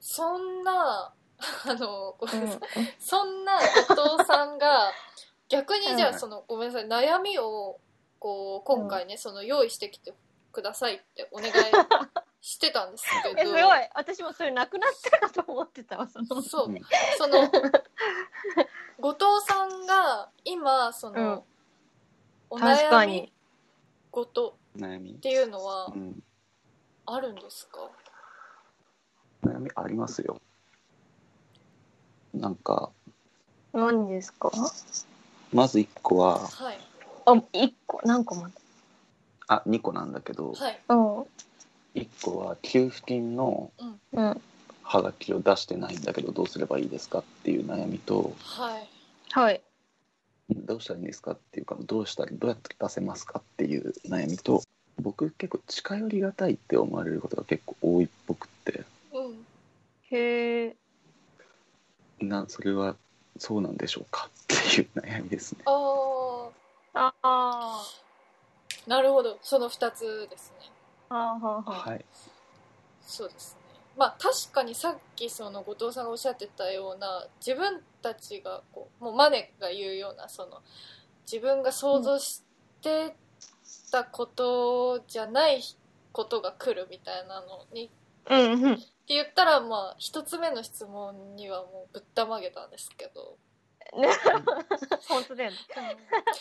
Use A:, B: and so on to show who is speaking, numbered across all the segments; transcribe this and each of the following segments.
A: そんな、 あの、ごめんなさい。
B: うん
A: そんな後藤さん が逆にじゃ
B: う
A: あ
B: ん
A: そのごめんなさい悩みをこう今回ねその用意してきてくださいってお願 いしてたんですけ
B: え
A: ど
B: すごい私もそれなくなったかと思ってたわその
A: そう
C: うん
A: その後藤さんが今その、
B: うん
A: お
B: 確か
A: 悩み
B: に
A: 事
C: 悩み
A: っ。ていうのは
C: うん。
A: あるんですか、
C: 悩みありますよ。なんか、
B: 何ですか
C: まず1個は、
A: はい
B: あ一個何個も
C: あ、2個なんだけど、
A: はい
B: うん
C: 1個は給付金の
B: うん
C: ハガキを出してないんだけど、どうすればいいですかっていう悩みと、
A: はい
B: はい
C: どうしたらいいんですかっていうか、どうしたら、どうやって出せますかっていう悩みと、僕結構近寄りがたいって思われることが結構多いっぽくって、
A: うん
B: へえ
C: な、それはそうなんでしょうかっていう悩みですね。
A: あ
B: ああ
A: ーなるほどその2つですね
B: あはあは
C: はい。
A: そうですね。まあ確かにさっきその後藤さんがおっしゃってたような自分たちがこうもうマネが言うようなその自分が想像してたことじゃないことが来るみたいなのにって
B: うんうん
A: 言ったらまあ一つ目の質問にはもうぶったまげたんですけど
B: 本当だよね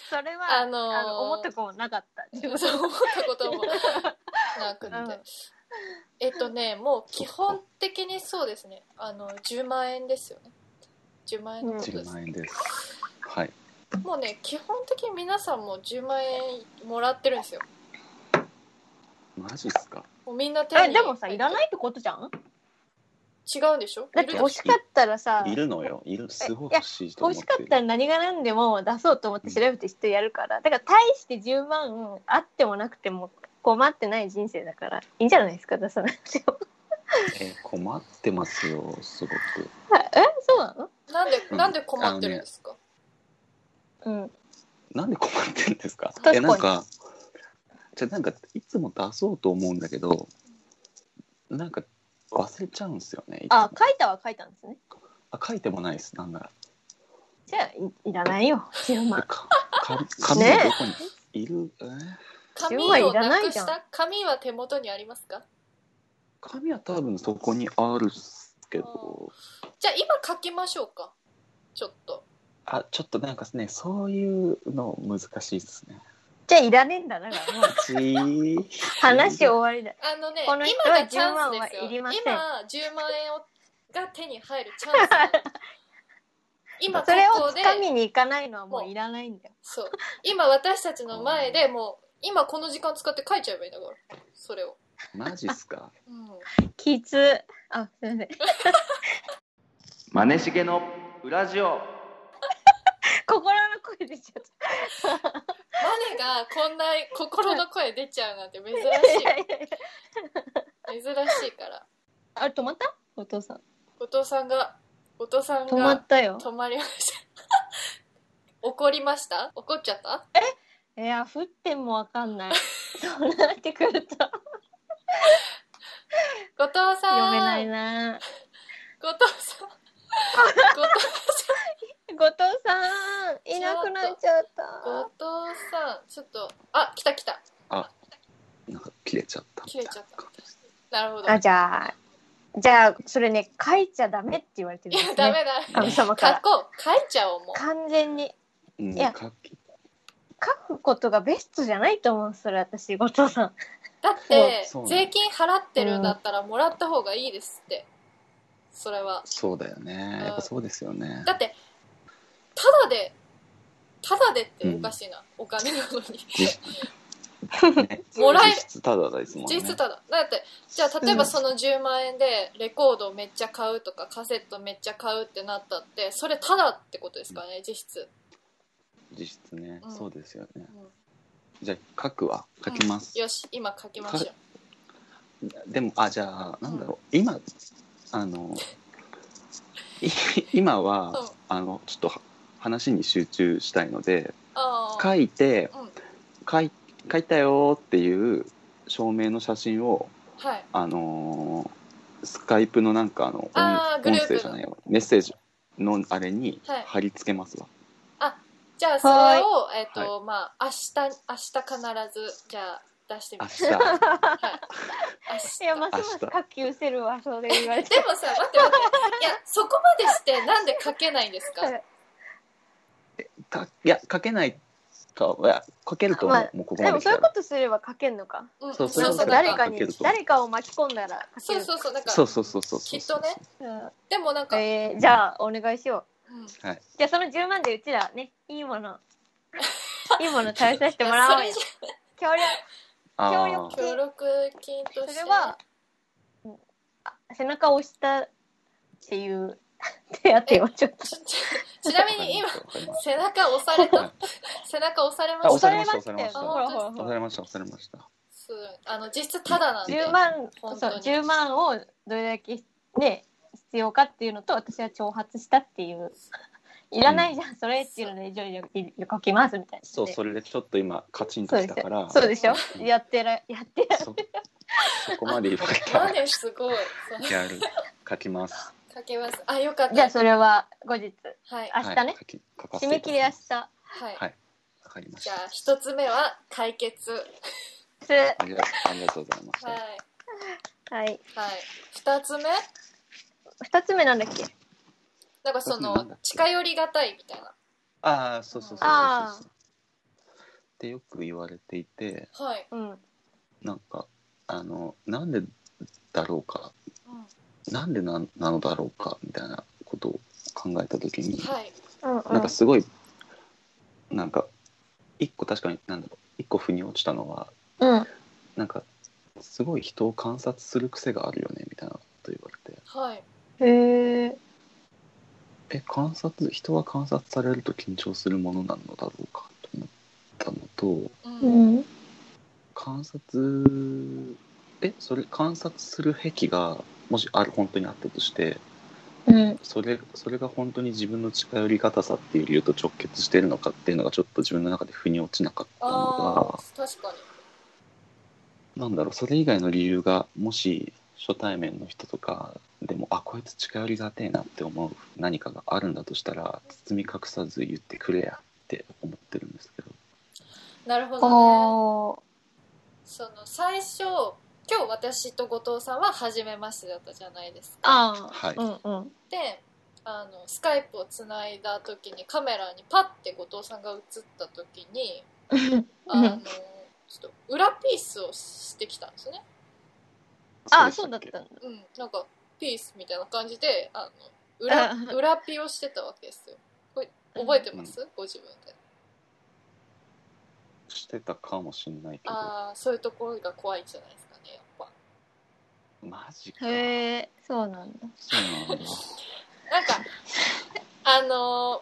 B: それは
A: あのー
B: あの思ったこともなかった自分
A: そう思ったこと もなくって、
B: うん
A: えっとねもう基本的にそうですねあの10万円ですよね10万円のことで
C: 10
A: す、
C: 万円です。はい。
A: もうね基本的に皆さんも10万円もらってるんですよ
C: マジっすか
A: もうみんな手
B: え
A: に
B: でもさいらないいってことじゃん
A: 違うんでしょ
B: だっ
A: い
B: て
A: る
B: 惜しかったらさ
C: いるのよ。いる。すごい
B: いや
C: 欲しいと
B: 欲
C: 思っ
B: しか
C: て
B: っ
C: る
B: た。ら何が何でも出そうと思って調べて人やるからだから大して10万あってもなくても困ってない人生だからいいんじゃないですか出さなくても
C: えー困ってますよ。すごく。
B: えそうなの
A: なんで
C: うん
A: なんで困ってるんですか、
B: うん
C: なんで困ってるんですか。
B: 確かに
C: えなんかじゃあなんかいつも出そうと思うんだけど、なんか忘れちゃうんですよね。いつも
B: あ書いたは書いたんですね
C: あ書いてもないです。なんなら。
B: じゃあいいらないよ10万
C: えかか紙
B: ね
C: は
B: え
C: どこに、いる？えー
A: 紙
B: 10万
A: を
B: いら
A: な
B: な
A: く
B: いじ
A: し
B: ゃん
A: た紙は手元にありますか
C: 紙は多分そこにあるっすけど。
A: じゃあ今書きましょうかちょっと
C: あちょっとなんかねそういうの難しいです ね。
B: じゃあいらねえんだなからもう
C: ちー
B: 話終わりだ
A: あのね
B: この人
A: 今
B: は
A: がチャンスですよ
B: 10万はいりません
A: 今10万円をが手に入るチャンス 今こ
B: それ
A: こ
B: を
A: で
B: つかみに行かないのはもういらないんだよ
A: そう今私たちの前でもう今この時間使って書いちゃえばいいんだからそれを、
C: マジっすか。
A: うん
B: きつあす いません
C: マネしげの裏ジオ。
B: 心の声出ちゃっ
A: マネがこんな心の声出ちゃうなんて珍しい
B: たいやいやい
A: 珍
B: や
A: しいから
B: あれ止まったお父さん
A: 後藤さんが後藤さん
B: 止ま
A: が
B: ったよ
A: 止まりました 怒りました怒っちゃった
B: いや降ってもわかんないそうなってくると
A: 後藤さん
B: 読めないな
A: 後藤さん後藤
B: 後藤さんいなくなっちゃった
A: 後藤さんちょっとあ来た来た
C: なんか切れちゃった。
A: 切れちゃったなるほど
B: あじゃあじゃあそれね書いちゃダメって言われてる
A: い
B: んです
A: やダ
B: ね
A: メだ
B: 神様
A: 書
B: から
A: こう書いちゃおうもう
B: 完全に
C: うん、
B: いや
C: 書き
B: 書くことがベストじゃないと思うんですそれ私後藤さん
A: だって
C: そうそうなの
A: 税金払ってるんだったらもらった方がいいですってそれは
C: そうだよね。やっぱそうですよね
A: だ。ってただでただでっておかしいな、お金なのに
C: ね
A: もらえる
C: 実質ただですもんね。
A: 実質ただだってじゃあ例えばその10万円でレコードをめっちゃ買うとかカセットめっちゃ買うってなったってそれただってことですからね実質、
C: 実質ね、
A: うん
C: そうですよね
A: う。ん
C: じゃあ書くわ。書きます。
A: よし今書きましょう
C: でもあじゃあなんだろう、今あのい今は、
A: うん
C: あのちょっとは話に集中したいので
A: ああ
C: 書いて、
A: うん
C: 書い書いたよーっていう証明の写真を
A: はい
C: あのースカイプのなんかあの
A: あー
C: 音
A: グループ
C: 音声じゃないわメッセージのあれに
A: はい
C: 貼り付けますわ、
A: じゃあそれを、えっ、と、まあ、明日、明日必ず、じゃあ出してみ
C: 明
A: て。
C: 日
A: はい。
B: い
A: 明日
B: やますます
C: 明日
B: 下級せるわそれ言われて
A: でもさ、待って待って。いや、そこまでしてなんで書けないんですか
C: かいや書けないかいや書けると思う、
B: まあ
C: もうここ
B: で
C: まで
B: も
C: 来
B: そう
C: た
B: いうこ
C: ら
B: とすれば書けんのか
A: うん、
C: そう
B: そうそ
C: い
B: うう
C: こと
B: 誰か
C: 書け
B: に
C: ると
B: 誰かを巻き込んだら
A: そ
B: 書け
A: う
B: る
A: そうそう、なんか、
C: そうそうそうそう
A: き
C: そう
A: っとね。
B: うん
A: でもなんか、
B: えーじゃあお願いしよう
A: うん、
B: じゃあその10万でうちらねいいものいいもの食べさせてもらおうよ
A: そ
B: 協力
C: あ
B: 協力
C: あ
A: れじゃ協力金として。
B: それは、うんあ背中を押したって いう手当てをちょっと
A: ちちなみに今、背中押され
C: はい
A: た。背中押されま
C: あ
A: し
C: 押さ
A: た。
C: れまし
B: 押
C: た
B: されましたよ
A: 押
B: ほ
A: されました
B: らほらほら
C: 押されました押されました
A: そうあの、実質タダなんで。
B: 10万
A: 本
B: そ
A: 当
B: う
A: に
B: 10万をどれだけね必要かっていうのと私は挑発したっていう いらないじゃん、それっていうので徐々に書きますみたいな
C: そうそれでちょっと今カチンと
B: そう
C: き
B: で
C: た
B: し
C: から
B: ょそうでしょ
C: うん
B: やってらやってら
C: そそこまで言われた
A: マ
C: ら
A: ネすごい。そう
C: やる書きます
A: 書けます。あ、よかった。
B: じゃあそれは後日
A: はい。
B: 明日ね
C: はい、書き書かせ
B: 締
C: て
B: め
C: いた
B: 切り
C: だき
B: 明
C: ま
B: 日
C: す
A: はい。
C: はいわかりまし
A: じ
C: た
A: ゃあ、一つ目は解決。
B: す
C: ありがありがとうございました、
A: はい。
B: は
A: は
B: い
A: い。二つ目
B: 2つ目なんだっけ
A: なんかそ
C: なんだ
A: の
C: っけ、
A: 近寄りがたいみたいな。
C: ああそうそうそうそうそう
B: あ
C: そうってよく言われていて
A: はい。
B: うん
C: なんかあのなんでだろうか
A: うん
C: なんでなんなのだろうかみたいなことを考えた時に、
A: はい。
B: うんう
C: なんかすごいなんか一個確かになんだろう一個腑に落ちたのは
B: うん
C: なんかすごい人を観察する癖があるよねみたいなこと言われて
A: はい。
B: へえ
C: え観察人は観察されると緊張するものなのだろうかと思ったのと
A: う。
B: うんん
C: 観察えそれ観察する癖がもしある本当にあったとして
B: うん
C: それそれが本当に自分の近寄りがたさっていう理由と直結してるのかっていうのがちょっと自分の中で腑に落ちなかったの
A: あ
C: が
A: あ、確かに。
C: なんだろうそれ以外の理由がもし初対面の人とかでもあこいつ近寄りがてえなって思う何かがあるんだとしたら包み隠さず言ってくれやって思ってるんですけど
A: なるほどね。
B: おー
A: その、最初、今日私と後藤さんは初めましてだったじゃないですか。
B: ああ
C: はい
B: うんうん
A: で、あの、スカイプをつないだ時にカメラにパッて後藤さんが映った時に、あの、ちょっと裏ピースをしてきたんですね。
B: ああそうだっ
C: け
B: たんだ
A: うん、なんかピースみたいな感じであの裏
B: うん
A: 裏ピをしてたわけですよこれ覚えてます、ご自分で
C: してたかもしんないけど
A: ああそういうところが怖いんじゃないですかねやっぱ
C: マジか
B: へえそうなんだ
C: そうなん
A: な
C: だ
A: んかあの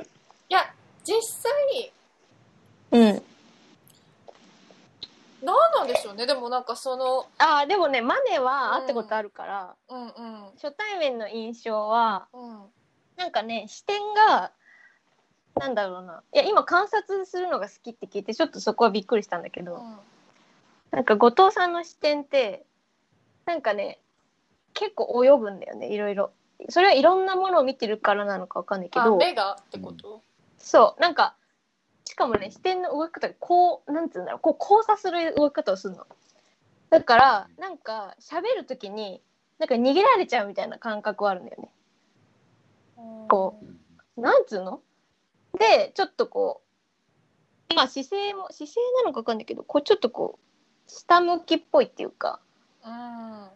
A: ーいや実際
B: うん
A: 何なんでしょうねでもなんかその
B: ああでもねマネは会ったことあるから、
A: うんうん
B: 初対面の印象は
A: うん
B: なんかね視点がなんだろうないや今観察するのが好きって聞いてちょっとそこはびっくりしたんだけど、
A: うん
B: なんか後藤さんの視点ってなんかね結構泳ぐんだよねいろいろそれはいろんなものを見てるからなのかわかんないけ
A: あ
B: ど
A: 目がってこと、
B: そうなんかしかもね視点の動き方がこうなんつうんだろうこう交差する動き方をするのだからなんか喋るときになんか逃げられちゃうみたいな感覚はあるんだよねこ
C: うん
B: なんつうのでちょっとこうまあ姿勢も姿勢なのかわかんないけどこうちょっとこう下向きっぽいっていうか
A: うんうん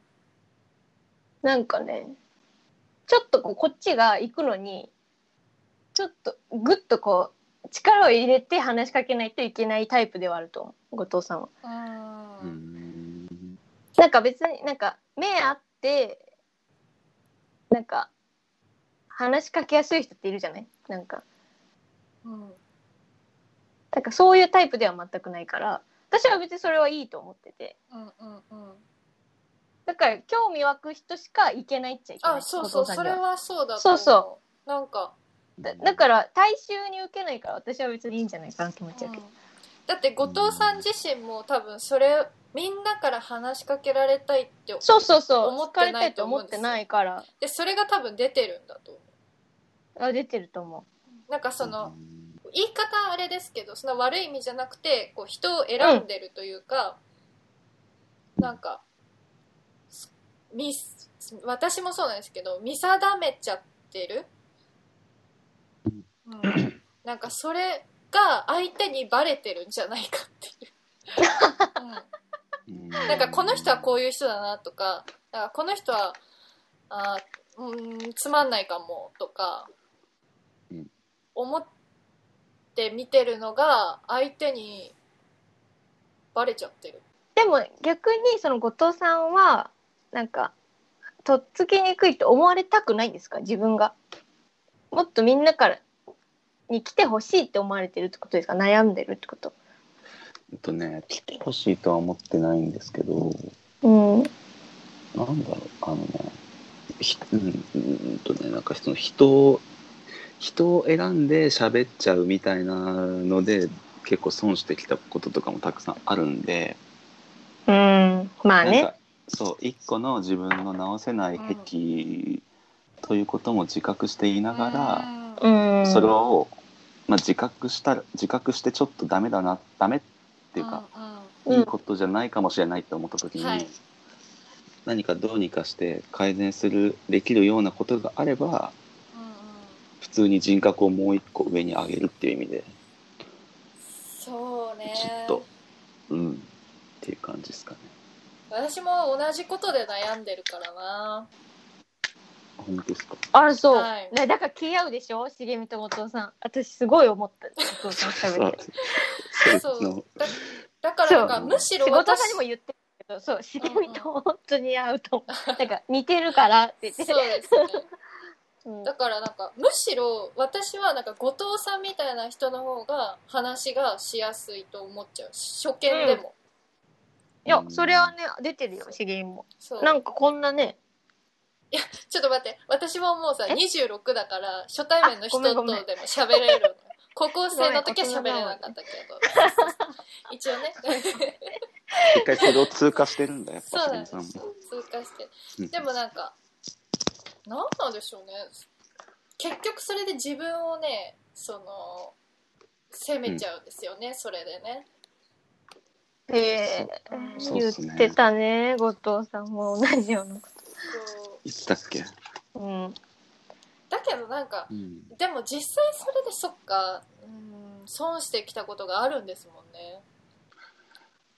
B: なんかねちょっとこうこっちが行くのにちょっとグッとこう力を入れて話しかけないといけないタイプではあると思う後藤さんは。
A: うん
C: うーん
B: なんか別になんか目あってなんか話しかけやすい人っているじゃないなんか
A: うん
B: なんかそういうタイプでは全くないから私は別にそれはいいと思ってて
A: うんうんうん
B: だから興味湧く人しか行けないっちゃいけない
A: あそうそう
B: 後
A: そ
B: 藤さんに
A: れ
B: は
A: はそうだと
B: そうそう
A: なんか
B: だだから大衆に受けないから私は別にいいんじゃないかなって思っちゃうけど、
A: だって後藤さん自身も多分それみんなから話しかけられたいって
B: そうそうそう
A: 思っ
B: 好か
A: て
B: れ
A: な
B: たい
A: いと
B: と
A: 思
B: 思
A: うん
B: っ
A: です
B: て
A: よ
B: ないから
A: でそれが多分出てるんだと思
B: あ出てると思
A: うなんかその、
C: うん
A: 言い方あれですけどその悪い意味じゃなくてこう人を選んでるというか、なんかす見す私もそうなんですけど見定めちゃってる、うん、なんかそれが相手にバレてるんじゃないかっていう、うん
C: うん
A: なんかこの人はこういう人だなとかなんかこの人はあーうーんつまんないかもとか
C: うん
A: 思って見てるのが相手にバレちゃってる
B: うでも逆にその後藤さんはなんかとっつきにくいと思われたくないんですか自分がもっとみんなからに来てほしいって思われてるってことですか悩んでるってこと
C: えっとね来てほしいとは思ってないんですけど
B: うん
C: なんだろうあのねひうんうんとねなんかその人を人を選んで喋っちゃうみたいなので結構損してきたこととかもたくさんあるんで
B: うんまあ
C: なん
B: ね
C: かそう一個の自分の直せない癖ということも自覚していながら、
A: う
B: うんん
C: それを、まあ、自覚したら自覚してちょっとダメだなダメっていうか、
A: うん
B: うん
C: いいことじゃないかもしれないって思った時に、
A: はい
C: 何かどうにかして改善するできるようなことがあれば
A: うんうん
C: 普通に人格をもう一個上に上げるっていう意味で、
A: そうね
C: ちょっとうん、っていう感じですかね。
A: 私も同じことで悩んでるからな
C: 本当ですか
B: あらそう、
A: はい
B: ねだから気合うでしょ重見と後藤さん私すごい思った後藤さん喋って
C: そう
A: そ
C: そう
A: うだだからなんか
C: そう
A: むしろ
B: 仕事さん
A: 私
B: にも言ってるけどそう重見と本当に合うと思う、なんか似てるからって言って
A: そうですね
B: うん
A: だからなんかむしろ私はなんか後藤さんみたいな人の方が話がしやすいと思っちゃう初見でも、
B: いや、それはね、出てるよ、資源も。
A: そう
B: なんかこんなね、
A: ちょっと待って私ももうさ
B: え
A: 26だから初対面の人と
B: あ
A: で
B: ご
A: も
B: めんごめん
A: 喋れるの高校生の時は喋れなかったけど一応 ね
C: 一回それを通過してるんだやっ
A: そう
C: ぱ
A: なん
C: 杉
A: です
C: さん
A: よ
C: も。
A: 通過して
C: うん
A: でもなんかなんなんでしょうね結局それで自分をねその責めちゃうんですよね、それでね
B: え
A: そ
B: ー、
A: う
C: っ
B: 言
C: すね
B: ってたね、後藤さんも同じようなこ
A: そう
C: いつだっけ、
B: と。うん。
A: だけどなんか
C: うん
A: でも実際それでそっかうん損してきたことがあるんですもんね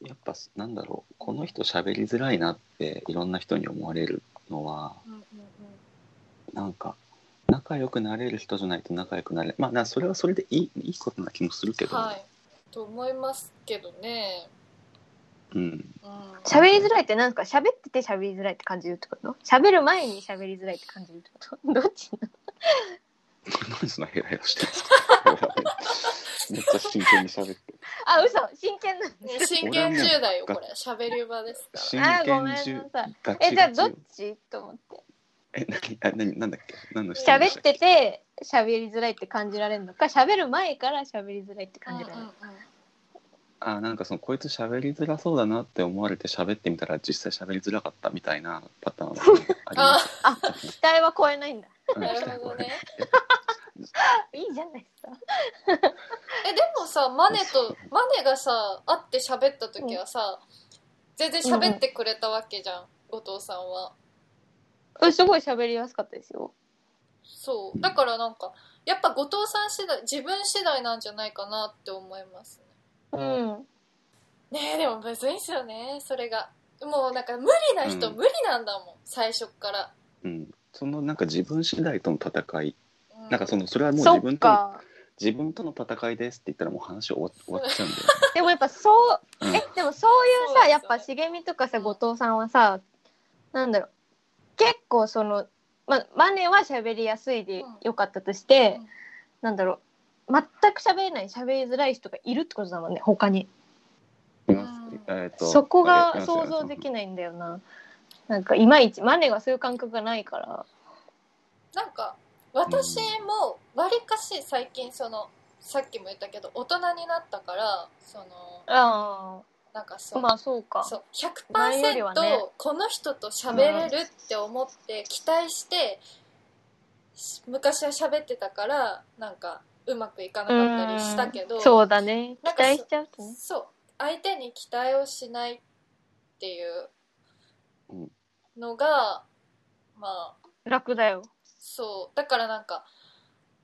C: やっぱなんだろうこの人喋りづらいなっていろんな人に思われるのは
A: うんうんうん
C: なんか仲良くなれる人じゃないと仲良くなれまあなそれはそれでいいいいことな気もするけど、
A: はいと思いますけどね
C: うん、
A: うん
B: 喋りづらいってなんか喋ってて喋りづらいって感じるってこと喋る前に喋りづらいって感じるってことどっちな
C: 何そのヘラヘラしてるんですかめっちゃ真剣に喋って
B: あ、嘘真剣なんで
A: ね真剣10代よこれ喋り場ですか
C: 真
B: あーごめん
C: 剣
B: なさい
C: 中ガ
B: え、
C: チ
B: じゃあ
C: ガチ
B: どっ
C: よ
B: ちと思って。
C: え何あ何なんだっけ何の質問で
B: 喋
C: した
B: っ
C: け
B: てて喋りづらいって感じられるのか、喋る前から喋りづらいって
A: ら、
B: 感じられるのか。
C: あなんかそのこいつ喋りづらそうだなって思われて喋ってみたら実際喋りづらかったみたいなパターンもありま
A: あ
C: す
B: あ、期待は超えないんだ。
C: う
A: あ
C: ん
A: なるほどね
B: いいじゃないですか。
A: えでもさマネとマネがさ会って喋った時はさ、全然喋ってくれたわけじゃん、後藤さんは
B: うんすごい喋りやすかったですよ。
A: そうだからなんかやっぱ後藤さん次第自分次第なんじゃないかなって思います
B: うん。
A: ねねえでもむずいっすよねそれがもうなんか無理な人、
C: うん
A: 無理なんだもん最初っから、
C: うん、そのなんか自分次第との戦い、
A: う
C: なんかそのそれはもう
B: そ
C: 自
B: っ
C: 分との
B: か。
C: 自分との戦いですって言ったらもう話終わ終わっちゃうんだよ
B: でもやっぱそう、
C: うん
B: え、でもそういう
A: そうで
B: さ、
A: すよね
B: やっぱ茂みとかさ、後藤さんはさ、なんだろう、結構その、ま、マネは喋りやすいでよかったとして、
A: うん
B: なんだろう、全く喋れない、喋りづらい人がいるってことだもんね、他に。
C: ね。
A: ん
C: えーと
B: そこ
C: あ
B: が
C: れ
B: 想像できないんだよな。なんかいまいち、マネがそういう感覚がないから。
A: なんか私もわりかし最近そのさっきも言ったけど大人になってなったからその
B: ああ。
A: なんかそう,、
B: まあそうか
A: そう
B: 前より
A: 100%
B: はね
A: この人と喋れるって思って期待して、し昔は喋ってたからなんかうまくいかなかったりしたけど、
B: うんそうだね
A: なん
B: 期
A: か
B: 待しちゃうとね
A: そう相手に期待をしないっていうのが、まあ
B: 楽だよ
A: そうだからなんか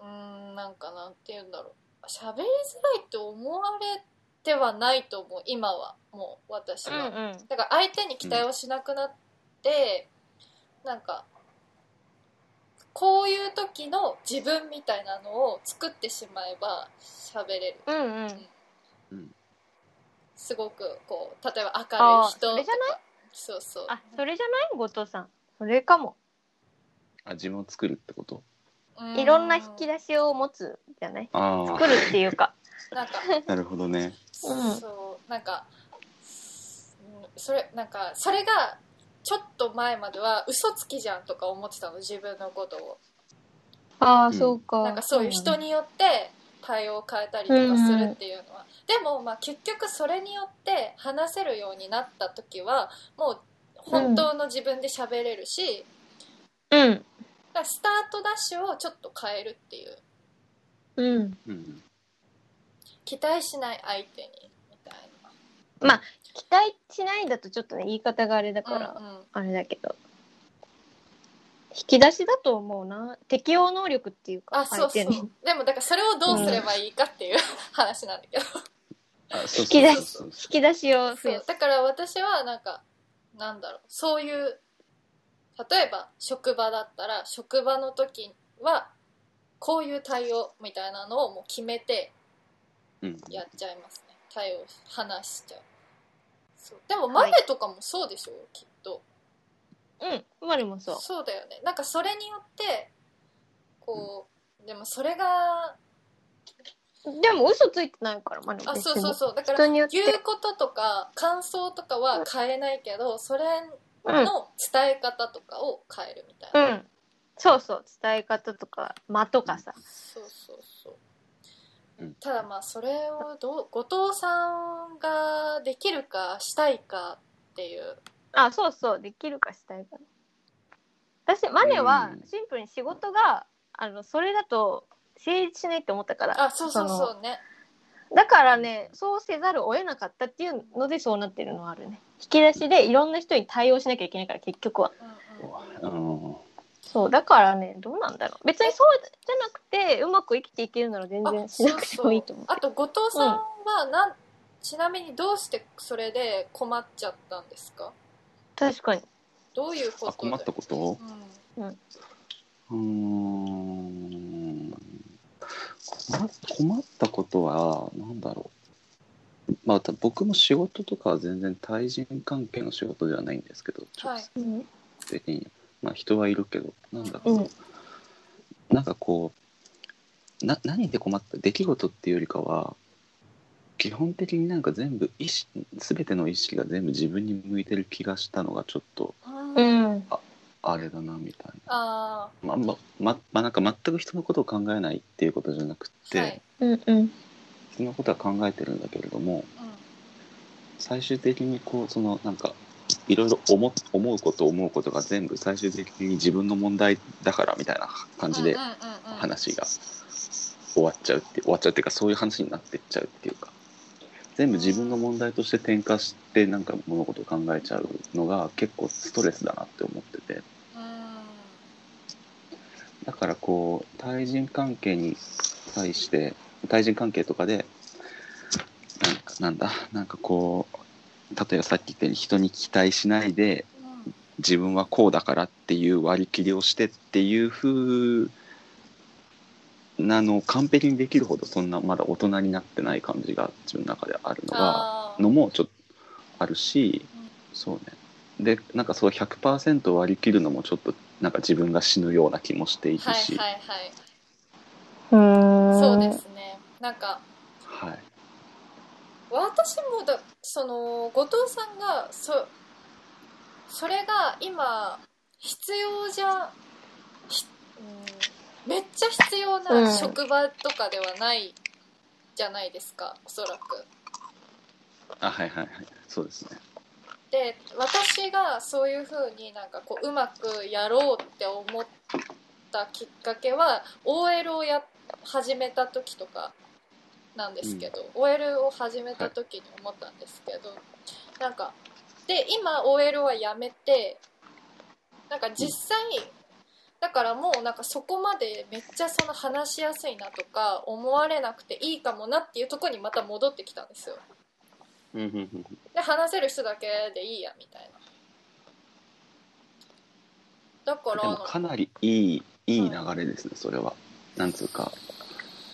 A: うーんなんかなんて言うんだろう喋りづらいって思われてはないと思う今はもう私
B: う
A: は、
B: ん
A: だから相手に期待をしなくなって、なんかこういう時の自分みたいなのを作ってしまえば喋れる
B: うんうんうん
A: すごくこう例えば明るい人とか
B: あーそれじゃな
A: そうそう
B: あそれじゃない後藤さんそれかも
C: あ自分を作るってこと
A: う
B: いろんな引き出しを持つじゃない
C: あ
B: 作
C: あ
B: るっていうか
A: なんか
C: なるほどね
B: うん
A: そうなんかうんそれなんかそれがちょっと前までは嘘つきじゃんとか思ってたの自分のことを
B: あ
C: ーそう
B: か
A: なんかそういう人によって対応を変えたりとかするっていうのは、でもまあ結局それによって話せるようになった時はもう本当の自分で喋れるし、
B: うん
A: だからスタートダッシュをちょっと変えるっていう
B: うん
C: うん
A: 期待しない相手にみたいな
B: 期待しないんだとちょっとね言い方があれだから、
A: うんうん
B: あれだけど引き出しだと思うな適応能力っていうか
A: あそうそう
B: 相手に
A: でもだからそれをどうすればいいか っていう話なんだけど
C: あそう
B: 引き出し
C: そう
B: 引き出しを増
A: そ
B: や
A: う
B: す
A: だから私はなんかなんだろうそういう例えば職場だったら職場の時はこういう対応みたいなのをもう決めて
C: うん
A: やっちゃいますね対応話しちゃうそうでもマネとかもそうでしょ、きっと
B: うんマリもそう
A: そうだよねなんかそれによってこう、でもそれが
B: でも嘘ついてないからマリも
A: あそうそうそうだから
B: 人に
A: 言
B: よ
A: う
B: って
A: こととか感想とかは変えないけどそれ
B: うん
A: の伝え方とかを変えるみたいな、
B: うんそうそう伝え方とか間とかさ
A: そうそうそう、
C: うん
A: ただまあそれをどう後藤さんができるかしたいかっていう
B: あそうそうできるかしたいか私マネは
C: うん
B: シンプルに仕事があのそれだと成立しないって思ったから
A: あそうそう
B: の
A: そうね
B: だからねそうせざるを得なかったっていうのでそうなってるのはあるね引き出しでいろんな人に対応しなきゃいけないから結局は
A: うんうんうん
C: うん
B: そうだからねどうなんだろう別にそうじゃなくてうまく生きていけるなら全
A: あ
B: 然しなくてもいいと思う
A: そうそうあと後藤さんはなん、ちなみにどうしてそれで困っちゃったんですか
B: 確かに
A: どういうこと
C: あ
A: で
C: 困ったこと
A: うん
C: うーん困困ったことは何だろうまあた僕も仕事とかは全然対人関係の仕事ではないんですけど
A: は
C: 直
A: い
C: 接
B: うん
C: 的に、まあ人はいるけどなんだろうな、なんかこうな何で困った出来事っていうよりかは基本的になんか全部意識全ての意識が全部自分に向いてる気がしたのがちょっと
A: う、
B: うんん
C: あれだなみたいな。
A: あ
C: まあまままあ、なんか全く人のことを考えないっていうことじゃなく
A: あ
C: て、
A: はい、
B: うんうん
C: 人のことは考えてるんだけれども
A: うん
C: 最終的にこうそのなんかいろいろ思思うこと思うことが全部最終的に自分の問題だからみたいな感じで
A: うんうんうんうん
C: 話が終わっちゃうって終わっちゃうっていうかそういう話になってっちゃうっていうか全部自分の問題として転化してなんか物事を考えちゃうのが結構ストレスだなって思ってて。
A: うん
C: だからこう対人関係に対して対人関係とかでなんかなんだなんかこう例えばさっき言ったように人に期待しないで
A: うん
C: 自分はこうだからっていう割り切りをしてっていう風なのを完璧にできるほどそんなまだ大人になってない感じが自分の中であるのが。
A: あー
C: のもちょっとあるし、
A: うん
C: そうねでなんかそう100%割り切るのもちょっとなんか自分が死ぬような気もしている
A: はい
C: し、
A: はいはい
B: うん
A: そうですねなんか
C: はい
A: 私もだその後藤さんがそそれが今必要じゃひうんめっちゃ必要
B: う
A: なん職場とかではないじゃないですか、おそらく
C: あはいはいはいそうですね
A: で私がそういう風になんかこううまくやろうって思ったきっかけは OL をや始めた時とかなんですけど、OL を始めた時に思ったんですけど、なんかで今 OL はやめてなんか実際だからもうなんかそこまでめっちゃその話しやすいなとか思われなくていいかもなっていうところにまた戻ってきたんですよ。
C: うんうんうん
A: で話せる人だけでいいやみたいなだから
C: で
A: あ
C: も
A: の
C: かなりいいいい流れですねそれはなんつうか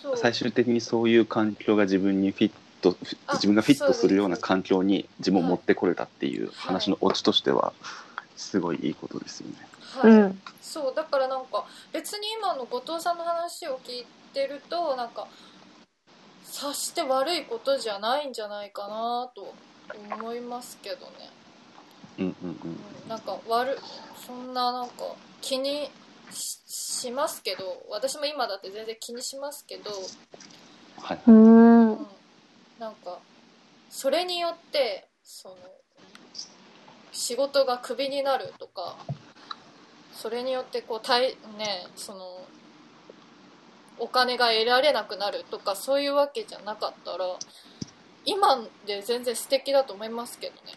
A: そう
C: 最終的にそういう環境が自分にフィット
A: あ
C: 自分がフィットするような
A: そう
C: 環境に自分を
A: はい
C: 持ってこれたっていう話のオチとしてはすごいいいことですよね。
A: はい
B: うん
A: そうだからなんか別に今の後藤さんの話を聞いてるとなんか察して悪いことじゃないんじゃないかなと思いますけどね、
C: うんうんうん
A: うん、なんか悪そんななんか気にししますけど私も今だって全然気にしますけど
C: はい、
B: うん
A: うんなんかそれによってその仕事がクビになるとかそれによってこうたい、ね、そのお金が得られなくなるとかそういうわけじゃなかったら今で全然素敵だと思いますけどね。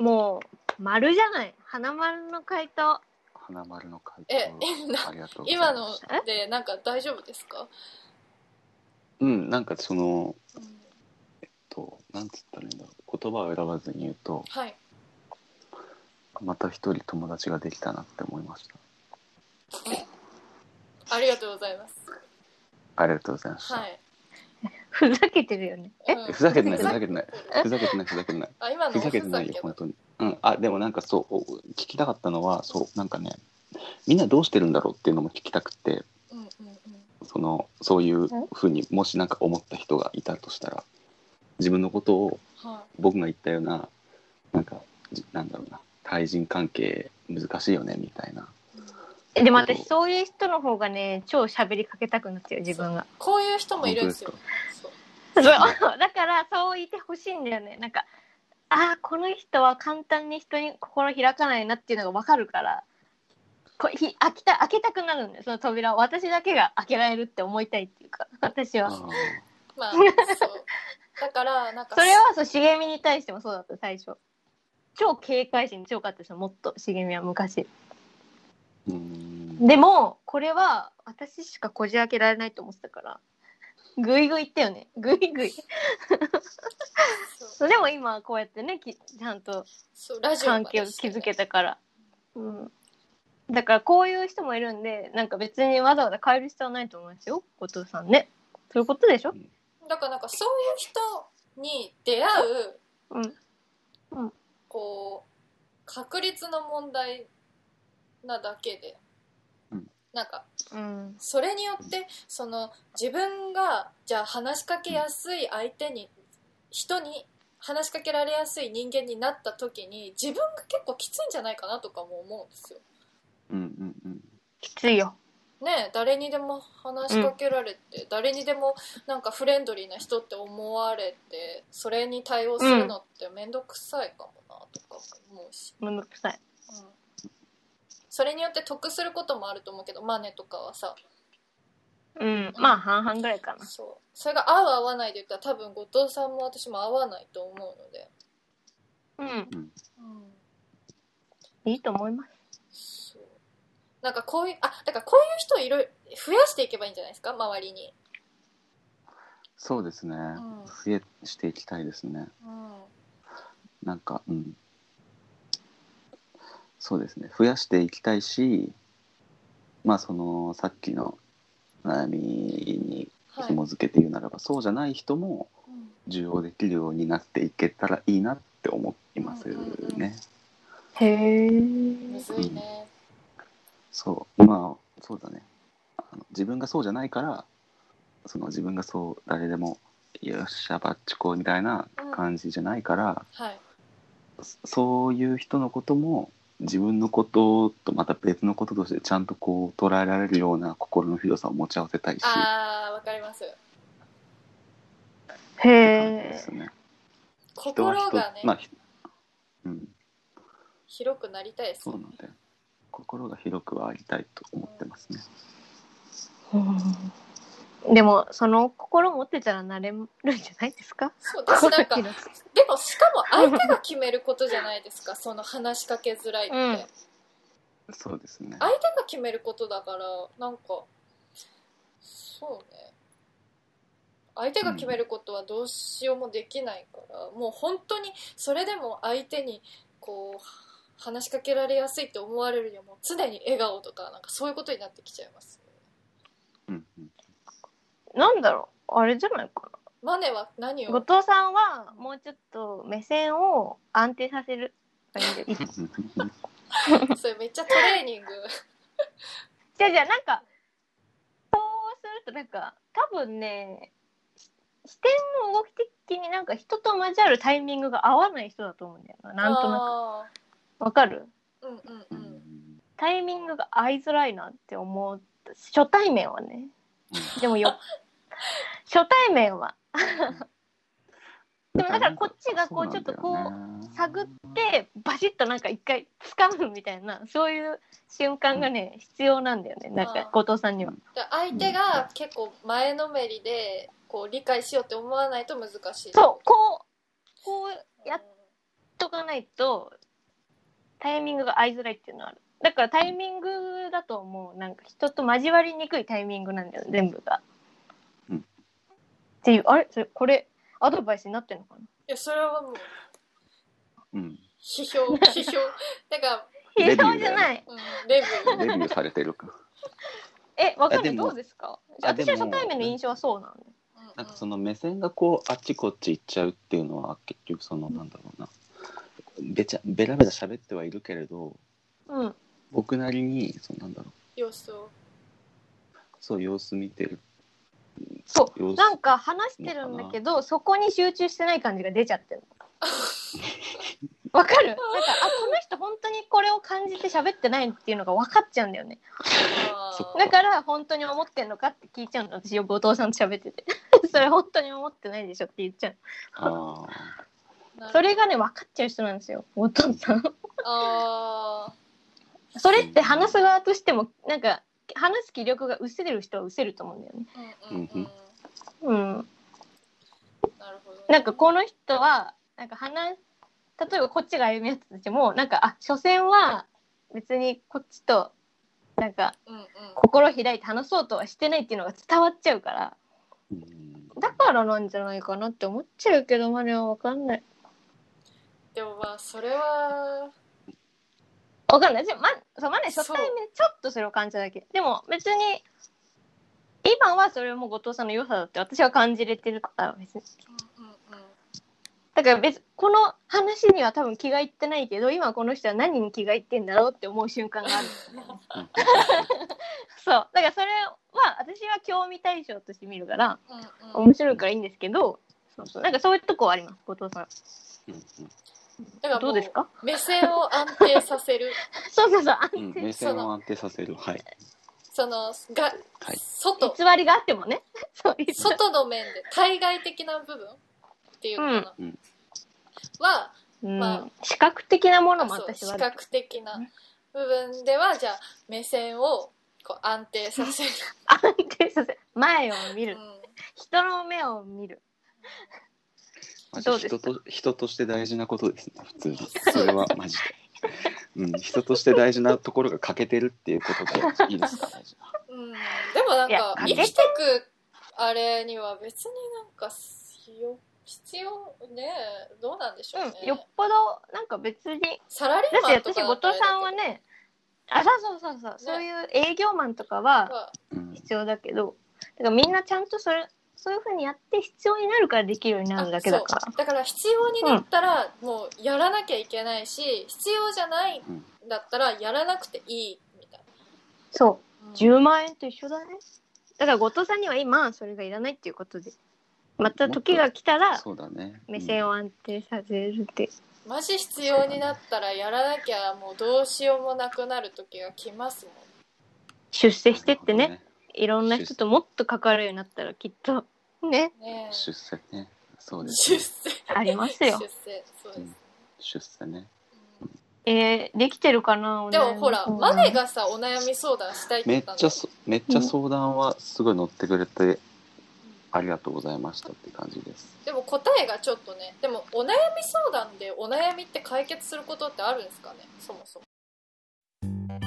C: うん
B: もう丸じゃない花丸の回答
C: 花丸の回答
A: え今
C: ありがとうございます
A: 今のでなんか大丈夫ですか、
C: うんなんかその
A: うん
C: となんつったらいいんだろう言葉を選ばずに言うと
A: はい
C: また一人友達ができたなって思いました。
A: ありがとうございます。
C: ありがとうございました。
A: はい、
B: ふざけてるよねえ
A: うん
C: えふざけてないふざけてないふざけてないふざけてない。
A: あ今の
C: ふざけてないよ
A: おふざけだ
C: 本当に。うん、あでもなんかそうお聞きたかったのはそうなんかねみんなどうしてるんだろうっていうのも聞きたくて
A: うんうんうん
C: そのそういうふうにもしなんか思った人がいたとしたら自分のことを
A: は
C: 僕が言ったようななんかじなんだろうな対人関係難しいよねみたいな。
A: いうん
B: でも私そういう人の方がね超喋りかけたくなっちゃう自分が
A: こういう人もいるんですよ
C: 本。
A: そう
B: そう だからそう言ってほしいんだよねなんかああこの人は簡単に人に心開かないなっていうのが分かるからこひ開きた開けたくなるんだよその扉を私だけが開けられるって思いたいっていうか 私
C: あ
B: は
C: ー
A: まあ、そう。だから、なんか、
B: それはそう茂みに対してもそうだった最初超警戒心強かったですよもっと茂みは昔
C: うーん
B: でもこれは私しかこじ開けられないと思ってたからぐいぐい行ったよねぐいぐい
A: そう
B: そうでも今はこうやってねきちゃんと
A: そう、ラジオま
B: 関
A: で
B: 係を築け
A: して
B: たから、うん、だからこういう人もいるんでなんか別にわざわざ変える必要はないと思いますよ後藤さんねそういうことでしょ、
A: ねだから、なんか、そういう人に出会う、
B: うん、
A: こう、確率の問題なだけで、
C: うん
A: なんか、
B: うん
A: それによって、その、自分が、じゃあ話しかけやすい相手に、人に、話しかけられやすい人間になった時に自分が結構きついんじゃないかなとかも思うんですよ。
C: うんうんうん
B: きついよ
A: ね誰にでも話しかけられて、誰にでもなんかフレンドリーな人って思われてそれに対応するのって面倒くさいかもなとか思うし、
B: めんどくさい
A: うんそれによって得することもあると思うけどマネとかはさ
B: うんまあ半々ぐらいかな
A: そうそれが合う合わないで言ったら多分後藤さんも私も合わないと思うので、
B: うん
A: うん、
B: いいと思います
A: そうなんかこういうあだからこういう人いる増やしていけばいいんじゃないですか周りに、
C: そうですね、
A: ん
C: 増えしていきたいですね。
A: うん、
C: なんか、うん。そうですね。増やしていきたいし、まあ、その、さっきの悩みに
A: はい、
C: 紐づけて言うならば、そうじゃない人も
A: うん
C: 受容できるようになっていけたらいいなって思いますね。
A: うんうんうん
B: へえ
A: むずいね、
C: そう。まあ、そうだねあの。自分がそうじゃないから、その自分がそう、誰でも、よっしゃ、バッチコみたいな感じじゃないから、
A: はい
C: そそういう人のことも自分のこととまた別のこととしてちゃんとこう捉えられるような心の広さを持ち合わせたいし、
A: あーわかります
B: へ
C: 感じで
B: え
C: す。ね。人は
A: 心
C: 人、
A: がね、
C: まあ、ひうん、
A: 広くなりたいです
C: そ
A: よ
C: う
A: ね
C: なんで、心が広くはありたいと思ってますね。
B: うんでもその心持ってたらなれるんじゃないですか。
A: そう私なんか
B: さっき
A: で
B: の
A: もしかも相手が決めることじゃないです かその話しかけづらいって、
B: うん
C: そうですね。
A: 相手が決めることだからなんかそうね相手が決めることはどうしようもできないから、もう本当にそれでも相手にこう話しかけられやすいって思われるにはもう常に笑顔とかなんかそういうことになってきちゃいますよね
C: うんうん、
B: なんだろうあれじゃないか
A: マネは何
B: な。
A: を
B: 後藤さんはもうちょっと目線を安定させ る感じで。
A: それめっちゃトレーニング
B: じゃあじゃあなんかこうするとなんか多分ねし視点の動き的になんか人と交わるタイミングが合わない人だと思うんだよななんとな
A: あ
B: くわかる
A: ーうん
C: う
A: うんうん
C: ん
B: タイミングが合いづらいなって思った初対面はねで もよ初対面はでもだからこっちがこうちょっとこう探ってバシッとなんか一回掴むみたいなそういう瞬間がね必要なんだよねなんか
A: あー
B: 後藤さんには。
A: だから相手が結構前のめりでこう理解しようって思わないと難しい
B: そうこうこう
A: うん
B: やっとかないとタイミングが合いづらいっていうのはあるだからタイミングだと思うなんか人と交わりにくいタイミングなんだよね全部が。
C: うん
B: っていうあれそれこれアドバイスになってるのかない
A: やそれはもう
C: うん
A: 批 評批評だから、
C: レビューだよ
B: そうじゃない
A: うん、レビュー
C: レビューされてるか
B: えわかんな
C: いやで
B: い
C: も
B: どうですか
C: あ
B: 私は
C: で
B: 初
C: も
B: 対面の印象はそうなんで
A: うん
C: なんかその目線がこうあっちこっち行っちゃうっていうのは結局そのなんだろうなべちゃべらべら喋ってはいるけれど
B: うん
C: 僕なりにそのなんだろう
A: 様子を
C: そう様子見てる
B: そ
C: 様
B: う
C: 子
B: なんか話してるんだけどそこに集中してない感じが出ちゃってるの わかるなんかあこの人本当にこれを感じて喋ってないっていうのが分かっちゃうんだよね
A: あ
C: そっ
A: ー
B: だから本当に思ってんのかって聞いちゃうの私後藤さんと喋ってて それ本当に思ってないでしょって言っちゃう
C: あ
A: なるほど
B: それがね分かっちゃう人なんですよお父さん
A: あ
B: それって話す側としてもなんか話す気力が薄れる人は薄れると思うんだよね
A: ーうんうんう
C: うんん
B: うん
A: なるほどね
B: なんかこの人はなんか話例えばこっちが歩み寄ったとしてもなんかあ所詮は別にこっちとなんか
A: うんうん
B: 心を開いて話そうとはしてないっていうのが伝わっちゃうから
C: ーうん
B: だからなんじゃないかなって思っちゃうけどまでは分かんない。
A: でもまあそれは
B: わかんない。じゃあ、ま、そう、まね、
A: そう
B: 初対面、ちょっとそれを感じただけ。でも、別に、今はそれも後藤さんの良さだって私は感じれてるから、別に。
A: うんうんうん
B: だから別、この話には多分気がいってないけど、今この人は何に気がいってんだろうって思う瞬間がある。そう。だからそれは、私は興味対象として見るから、
A: うんうん
B: 面白いからいいんですけど、そうそう。なんかそういうとこはあります、後藤さん。
C: うん
A: だからも
B: どうですか
A: 目線を安定させる
B: そうそうそう、安
C: うんうん
B: 定。
C: 目線を安定させるはい
A: そのが、
C: はい
A: 外
B: 偽りがあってもね。 そう、偽り
A: 外の面で対外的な部分っていうのかな、
C: うんうん
A: は
B: うん
A: まあ
B: 視覚的なものも
A: そう
B: 私
A: 視
B: はある。
A: 覚的な部分ではじゃあ目線をこう安定させる、
B: 安定させ前を見
A: うん
B: る人の目を見る
C: マジ
B: どうですか
C: 人と人として大事なことですね普通に
A: そう
C: それはマジで、うん、人として大事なところが欠けてるっていうことでいいですか大事な
A: うん、でもなん
B: いや
A: か
C: あ
A: 生
C: れ
A: きてくあれには別になんか必要必要ねどうなんでしょうね、
B: うんよっぽどなんか別に
A: サラリ
B: だ
A: ーマン
B: し
A: と
B: 私
A: か
B: 後藤さんはねあそうそうそうそう、そういう営業マンとかは
A: は
C: うん
B: 必要だけどだからみんなちゃんとそれそういうふうにやって必要になるからできるようになるだけだか
A: あそうだから必要になったらもうやらなきゃいけないし必要じゃないん
C: うん
A: だったらやらなくていいみたい
B: らそう
A: な、うん
B: 10万円と一緒だねだから後藤さんには今それがいらないっていうことでまた時が来たら
C: そうだね
B: 目線を安定させるって
A: マジ必要になったらやらなきゃもうどうしようもなくなる時が来ますもん
B: 出世してって
C: な
B: ね
C: る
B: いろんな人ともっと関わるようになったらきっと
A: ね
B: ね
C: ほどね出世ねそうです、
A: 出
C: ね、
A: 世
B: ありますよ
A: 出世そうですね、
C: 出世ね
A: うん
B: えー、できてるかな
A: でもほら、
B: お悩み
A: マネがさお悩み相談したいって
C: め
A: 言っ
C: った
A: んだ
C: ちゃ
A: よ
C: そめっちゃ相談はすごい乗ってくれてありがとうございましたって感じです
A: でも答えがちょっとねでもお悩み相談でお悩みって解決することってあるんですかねそもそも
D: ね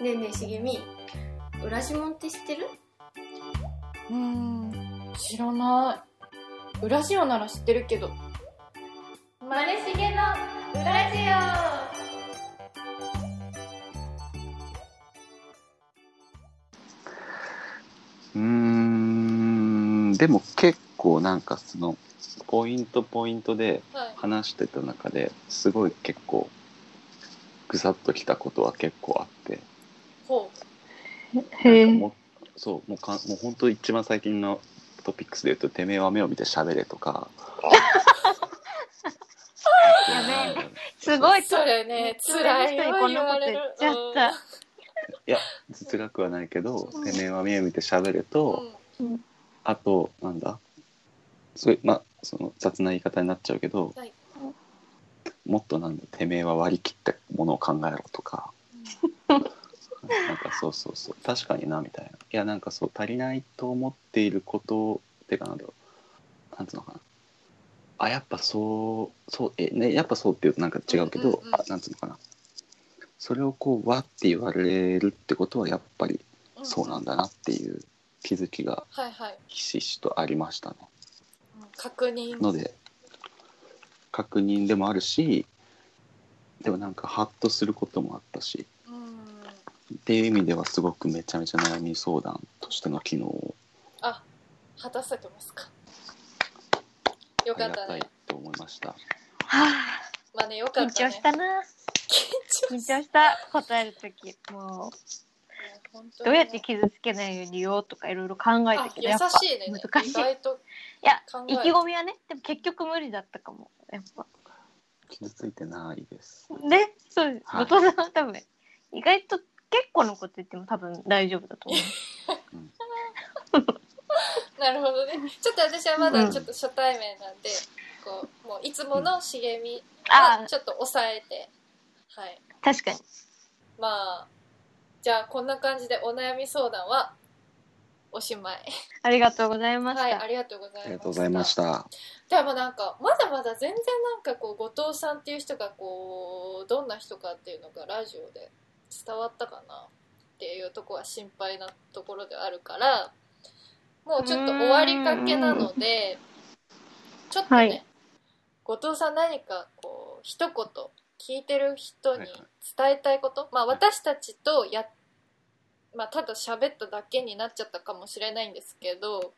D: えねえ茂み浦島って知ってる
A: うん知らない裏ジオなら知ってるけど
D: マネしげの裏ジ
C: うーんでも結構なんかそのポイントポイントで
A: はい
C: 話してた中ですごい結構ぐさっときたことは結構あって
A: ほう
B: へえ
C: もうそうもうかもう本当一番最近のトピックスで言うと「てめえは目を見て喋れ」とか
B: やべえ
C: なんだろう
B: すごい
A: それね
B: それ
A: 辛いわ
B: こん
A: 言
B: な
A: わ
B: こと
A: れる
B: 言っちゃった、
C: いや実学はないけど「てめえは目を見て喋れと」
A: うんうん
C: あとなんだそれまあその雑な言い方になっちゃうけど、
A: はい
C: もっとなんだてめえは割り切ったものを考えろとかなんかそうそうそう確かになみたいないやなんかそう足りないと思っていることってかなんだろうなんつうのかなあやっぱそうそうえねやっぱそうっていうとなんか違うけど、
A: うんうんうん
C: あなんつうのかなそれをこうわって言われるってことはやっぱり
A: うん
C: そうなんだなっていう気づきが
A: はいはい
C: ひしひしとありましたね。
A: うん確認
C: ので確認でもあるしでもなんかハッとすることもあったし
A: うん
C: っていう意味ではすごくめちゃめちゃ悩み相談としての機能を
A: あ果たせてますかよ
C: あ
A: かっ
C: りが
A: た
C: た
A: ね
C: いと思いました
B: は
A: まあねよ
B: あ
A: か
B: 緊
A: ったね
B: 張したな緊
A: 緊
B: 張
A: 張
B: した答える時も
A: 本
B: う
A: 当にね
B: どうやって傷つけないように言おうとかいろいろ考えた
A: あ
B: けど
A: 優
B: やっぱ
A: しいね
B: 難しい
A: 意外と
B: いや
A: 考え
B: 意気込みはねでも結局無理だったかもやっぱ
C: 傷ついてないです
B: ねそう
C: はい
B: 後藤さんは多分意外と結構のこと言っても多分大丈夫だと思う
A: なるほどねちょっと私はまだちょっと初対面なんで、こうもういつもの茂み
B: あ
A: はちょっと抑えてはい
B: 確かに
A: まあじゃあこんな感じでお悩み相談はおしまい
B: ありがとうございました、
A: はいありがとうございまし
C: あ
A: た
C: りがとうございました
A: でもなんかまだまだ全然なんかこう後藤さんっていう人がこうどんな人かっていうのがラジオで伝わったかなっていうとこは心配なところではあるからもうちょっと終わりかけなのでちょっとね、
B: はい
A: 後藤さん何かこう一言聞いてる人に
C: はいはい
A: 伝えたいこと、まあ私たちとやまあただ喋っただけになっちゃったかもしれないんですけど、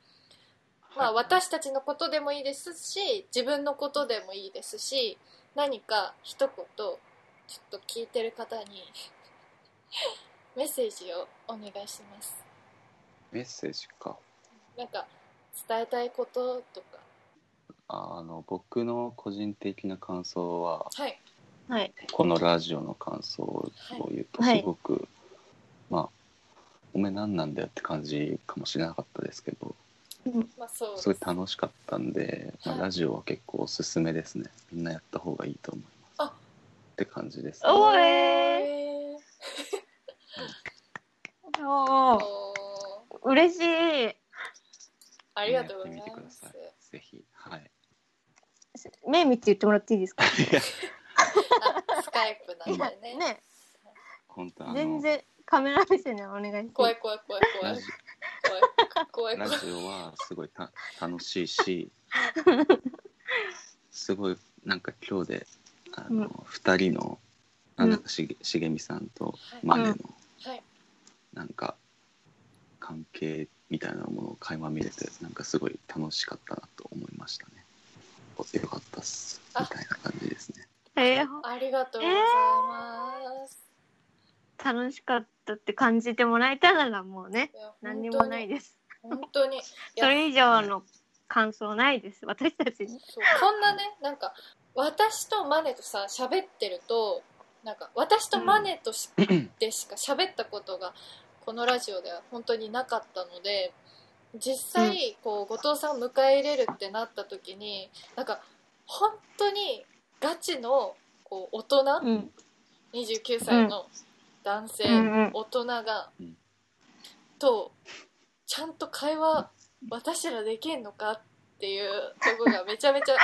A: まあ、私たちのことでもいいですし自分のことでもいいですし何か一言ちょっと聞いてる方に メッセージをお願いします
C: メッセージか
A: なんか伝えたいこととか
C: あの僕の個人的な感想は
A: はい
B: はい
C: このラジオの感想を言うと
B: はい
C: すごく、まあおめえ何なんだよって感じかもしれなかったですけど
A: まあそうです
C: ごい楽しかったんで、まあ、
A: はい
C: ラジオは結構おすすめですねみんなやった方がいいと思います
A: あ
C: って感じです、
B: おーえ
A: へー
B: ー、おー
A: おー
B: 嬉しい
A: ありがとうござい
C: やってみてくだ
A: ま
C: さ
A: す
C: いぜひ はい
B: 目見て言ってもらっていいですか
C: いや
A: あスカイプなんでね
B: ね
C: 本当あの
B: 全然カメラ目線でお願いして
A: 怖い怖い怖い怖
C: ラ
A: い
C: ジ
A: 怖い怖い
C: ラ
A: 怖い
C: ジオはすごいた楽し いしすごいなんか今日であ
B: うん
C: の、二2人のなんだかしげしげみさんとマネの、
B: うん
A: はい
C: なんか関係みたいなものを垣間見れてなんかすごい楽しかったなと思いましたね。およかったっす
A: あ
C: みたいな感じですね。
B: えー
A: ありがとうございます、
B: 楽しかったって感じてもらえたならもうね
A: いや
B: 何にもないです
A: 本当にいや
B: それ以上の感想ないです私たちに
A: そうこんなねなんか私とマネとさ喋ってるとなんか私とマネとし、でしか喋ったことがこのラジオでは本当になかったので実際こう後藤さんを迎え入れるってなった時になんか本当にガチのこう大人、
B: うん
A: 29歳の男性、
B: うんうん
A: 大人が、
C: うん
A: とちゃんと会話私らできんのかっていうとこがめちゃめちゃ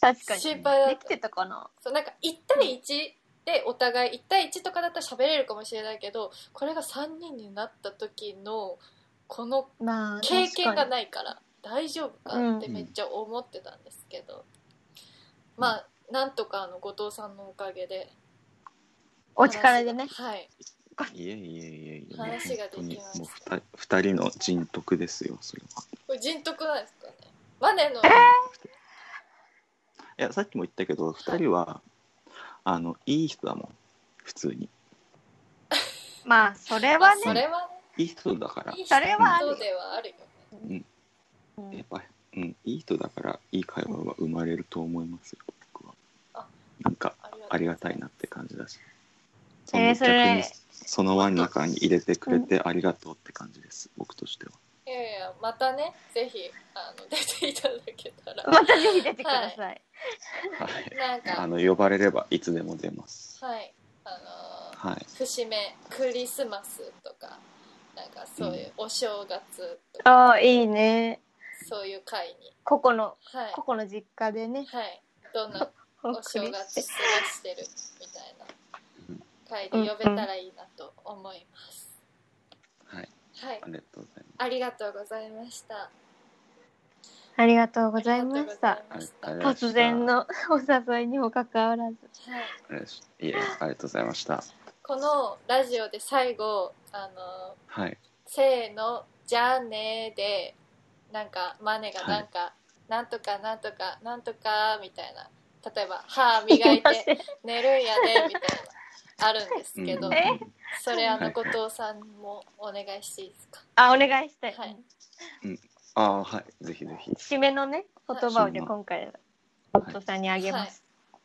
B: 確かに
A: 心配だ
B: で
A: っ
B: き
A: た
B: てたかな
A: そうなんか1対1でお互い1対1とかだったら喋れるかもしれないけどこれが3人になった時のこの
B: まあ
A: 経験が
B: い
A: ないから大丈夫かってめっちゃ思ってたんですけど、まあなんとかあの後藤さんのおかげで
B: お力でね
A: はい
C: いえいえいえいえ、
A: 話ができました
C: もう本当にもう二人二人の人徳ですよ、それは。
A: これ人徳なんですかねマネの、
C: いや、さっきも言ったけど、二人は、あの、いい人だもん、普通に。
B: まあそれ
A: まあ
B: はね
A: それはい
C: い人だから
A: い、い
B: それはある
A: 人ではあるよね
B: うん
C: やっぱ、うん、いい人だから、いい会話は生まれると思いますよ、僕は
A: あ。
C: なんか、ありがたいなって感じだし。その
B: それ
C: 逆にその輪の中に入れてくれてありがとうって感じです、僕としては。
A: いやいやまたねぜひあの出ていただけたら
B: またぜひ出てください
C: はい。
A: なんか
C: あの、呼ばれればいつでも出ます。
A: はいあのー
C: はい。
A: 節目クリスマスとかなんかそういうお正月とか、
B: ああいいね
A: そういう会に
B: ここの
A: はい
B: ここの実家でね
A: はいどんな
B: お
A: お正月過ご
B: して
A: してるみたいな会で呼べたらいいなと思います、
C: はい。
A: はい
C: ありがとうございます。
A: ありがとうございました
B: ありがとうございました
A: ありがとう
C: あ
A: ございま
C: りがとうございました
B: 突然のお誘いにもかかわらず
A: したはい
C: ありがとうございましたいえ、ありがとうございました。
A: このラジオで最後「あの
C: はい。
A: せーのじゃあねー」でなんかマネがなんか、なんとかなんとかなんとか」みたいな例えば「歯磨いて寝るんやで」みたいなあるんですけど、
C: うん
B: え
A: それあの
C: はい
A: 後藤さんもお願いしていいですか
B: あお願いしたい、
A: はい
C: ああ、はい。ぜひぜひ。
B: 締めのね言葉をね今回
C: はい
B: 夫さんにあげます、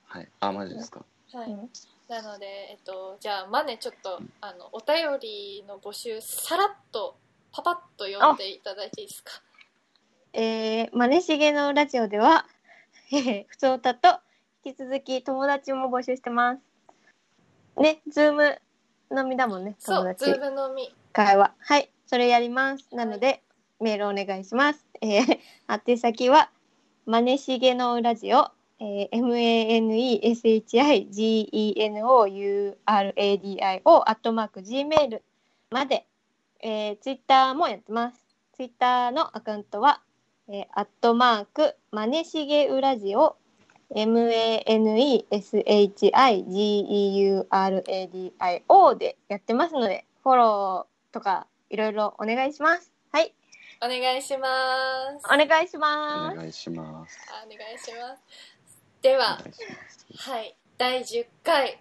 C: はい。あ、マジですか。
A: はい、
B: うん
A: なので、えっと、じゃあマネちょっとあのお便りの募集さらっとパパッと読んでいただいていいですか
B: えー、マネしげのラジオでは、 えー、ふつおたと引き続き友達も募集してます。ね、ズームのみだもんね、
A: そ
B: 友
A: うズーム
B: 達
A: のみ
B: 会話。はい、それやります。なので、メールお願いします。えー、 宛先は、マネしげのラジオ、えー、maneshigenouradio アットマーク gmail まで、えー、ツイッターもやってます。ツイッターのアカウントは、えー、アットマーク、まねしげうラジオ、maneshigeuradio でやってますので、フォローとかいろいろお願いします。はい、
A: お願いします
B: お願いし
C: お
B: ます。
C: 願いします。
A: あお願いしますで
C: お
A: は
C: 願いします。
A: はい第10回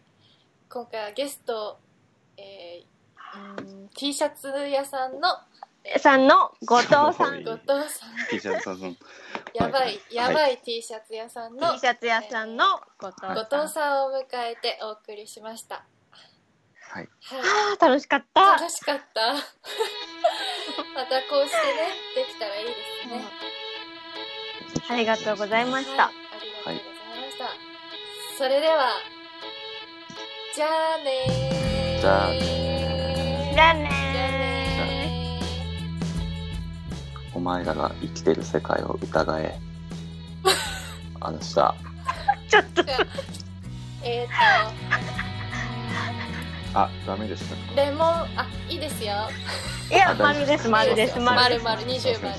A: 今回はゲスト、えー、うーん T シャツ屋さんの
B: さんの後藤さ
C: は
B: ん
C: い、
A: 後藤さん
C: ピチャさんの。
A: やば
C: はいは
A: やばい T シャツ屋さんの
B: T シャツ屋さんの後藤さん。
A: 後藤さんを迎えてお送りしました
C: はい。
A: はい
B: あー楽しかった。
A: 楽しかった またこうしてねできたらいいですね
B: ありがとうございま
A: はい
B: した
A: ありがとうございました、それではじゃあねー
C: じゃあ
B: じゃあ
A: じゃあ
B: ねー。
A: ねー
C: お前らが生きてる世界を疑え。あの下。
B: ちょっと
A: えっ、
C: あ、ダメでした。
A: と、レモン、あ、いいですよ。
B: いや
C: あ大丈
B: 丸
C: 夫
B: です丸です
A: 丸
B: 丸
A: です丸二重丸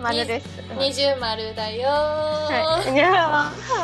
B: 丸です。
A: 二重丸だよー。
B: はい。いやー